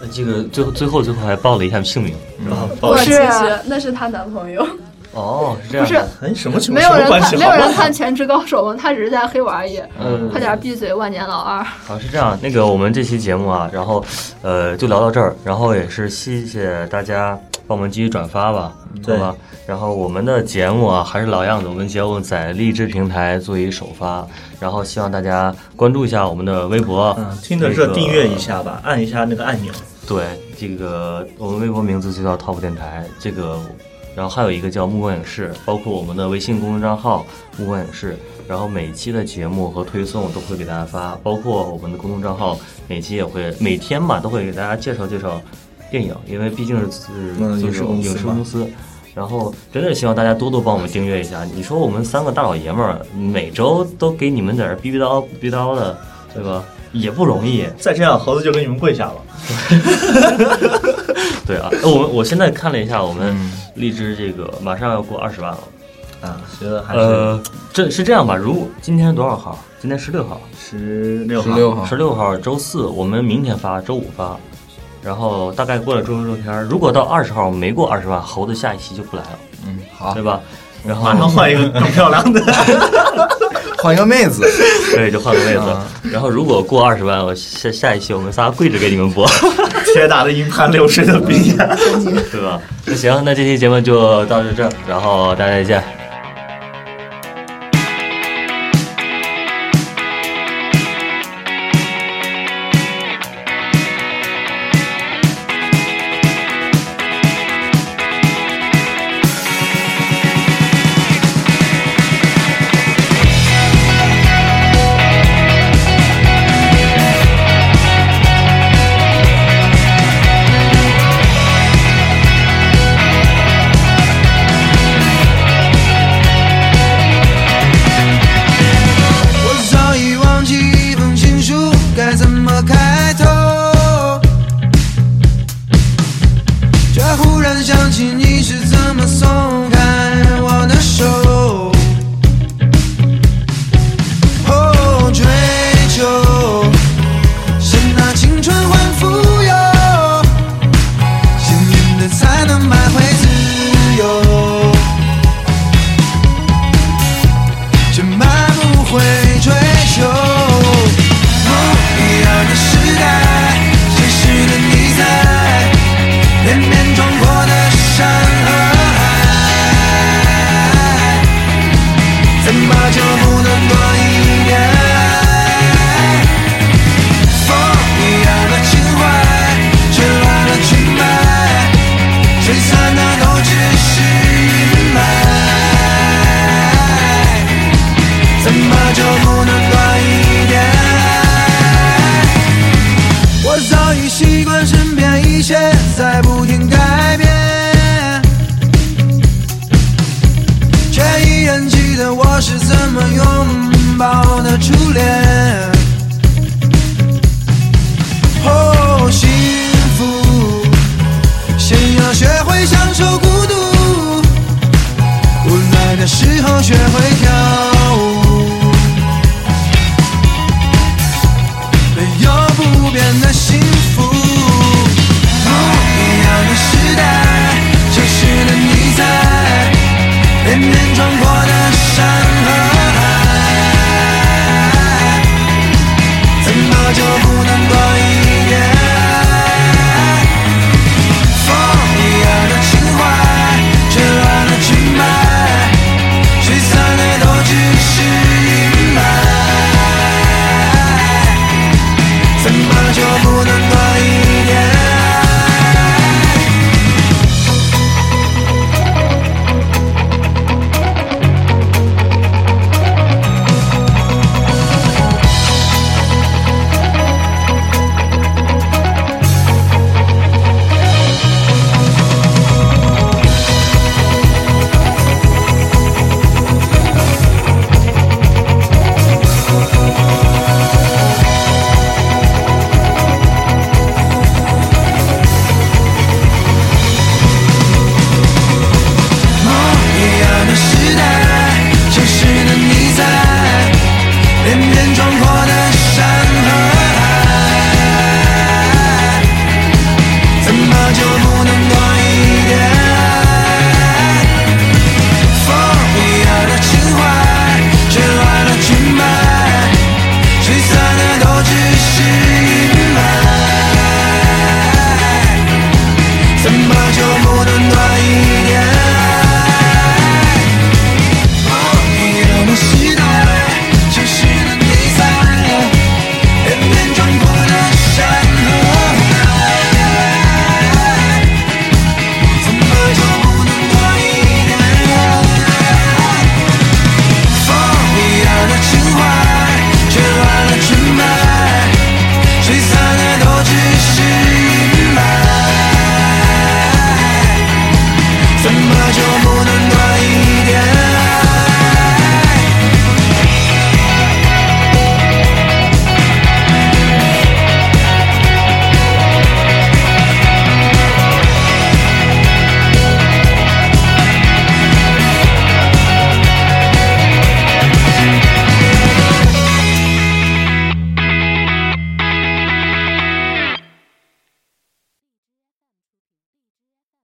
呃这个最后最后最后还报了一下姓名，是啊吧？我是其实那是她男朋友。哦，是这不样是的，哎，什么情没什有么人关看，系？没有人看《全职高手》吗？他只是在黑我而已。嗯快点闭嘴，万年老二。啊，是这样，那个我们这期节目啊，然后呃就聊到这儿，然后也是谢谢大家帮我们继续转发吧，嗯好吧？然后我们的节目啊，还是老样子，我们节目在荔枝平台做一首发，然后希望大家关注一下我们的微博，嗯，听的那是个订阅一下吧，按一下那个按钮。对，这个我们微博名字就叫 Top 电台，这个，然后还有一个叫目光影视，包括我们的微信公众账号目光影视，然后每期的节目和推送都会给大家发，包括我们的公众账号每期也会每天吧都会给大家介绍介绍电影，因为毕竟是嗯这影视种公司影视嘛公司。然后真的希望大家多多帮我们订阅一下。你说我们三个大老爷们儿每周都给你们在这儿逼逼叨逼叨的，对吧？也不容易。再这样，猴子就给你们跪下了。对啊，呃我们我现在看了一下，我们嗯荔枝这个马上要过二十万了。啊，觉得还是呃，这是这样吧？如果今天多少号？今天十六号，十六十号。六号十，六号周四，我们明天发，周五发，然后大概过了周六周天儿，如果到二十号没过二十万，猴子下一期就不来了，嗯，好对，吧？然后马上换一 (laughs) 个更漂亮的。换一个妹子，对，就换个位嗯置。然后如果过二十万，我下下一期我们仨跪着给你们播， (laughs) 铁打的银盘，流水的冰牙。对吧？那行，那这期节目就到这儿，然后大家再见。我早已忘记一封情书该怎么开头，却忽然想起你是怎么松开我的手。哦，追求是拿青春换富有，幸运的才能买回自由。却满不会追求。不一样的时代，现实的你在，连绵中国的山和海，怎么就不能多一点？风一样的情怀，却乱了裙摆，吹散的都只是阴霾。怎么就不能多一点？我早已习惯身边一切在不停改变，却依然记得我是怎么拥抱的初恋。哦，幸福，先要学会享受孤独。要学会跳舞。没有不变的幸福，不一样的时代，消失的你在，连绵穿过的山和海，怎么就不能多一点爱？风一样的情怀，却乱了裙摆，聚散的都只是阴霾。怎么就不能多一点爱？梦一样的时代，消失的你在，连绵壮阔的山和海，怎么就不能多一点爱？风一样的情怀，却乱了裙摆，聚散的都只是阴霾，怎么就不能多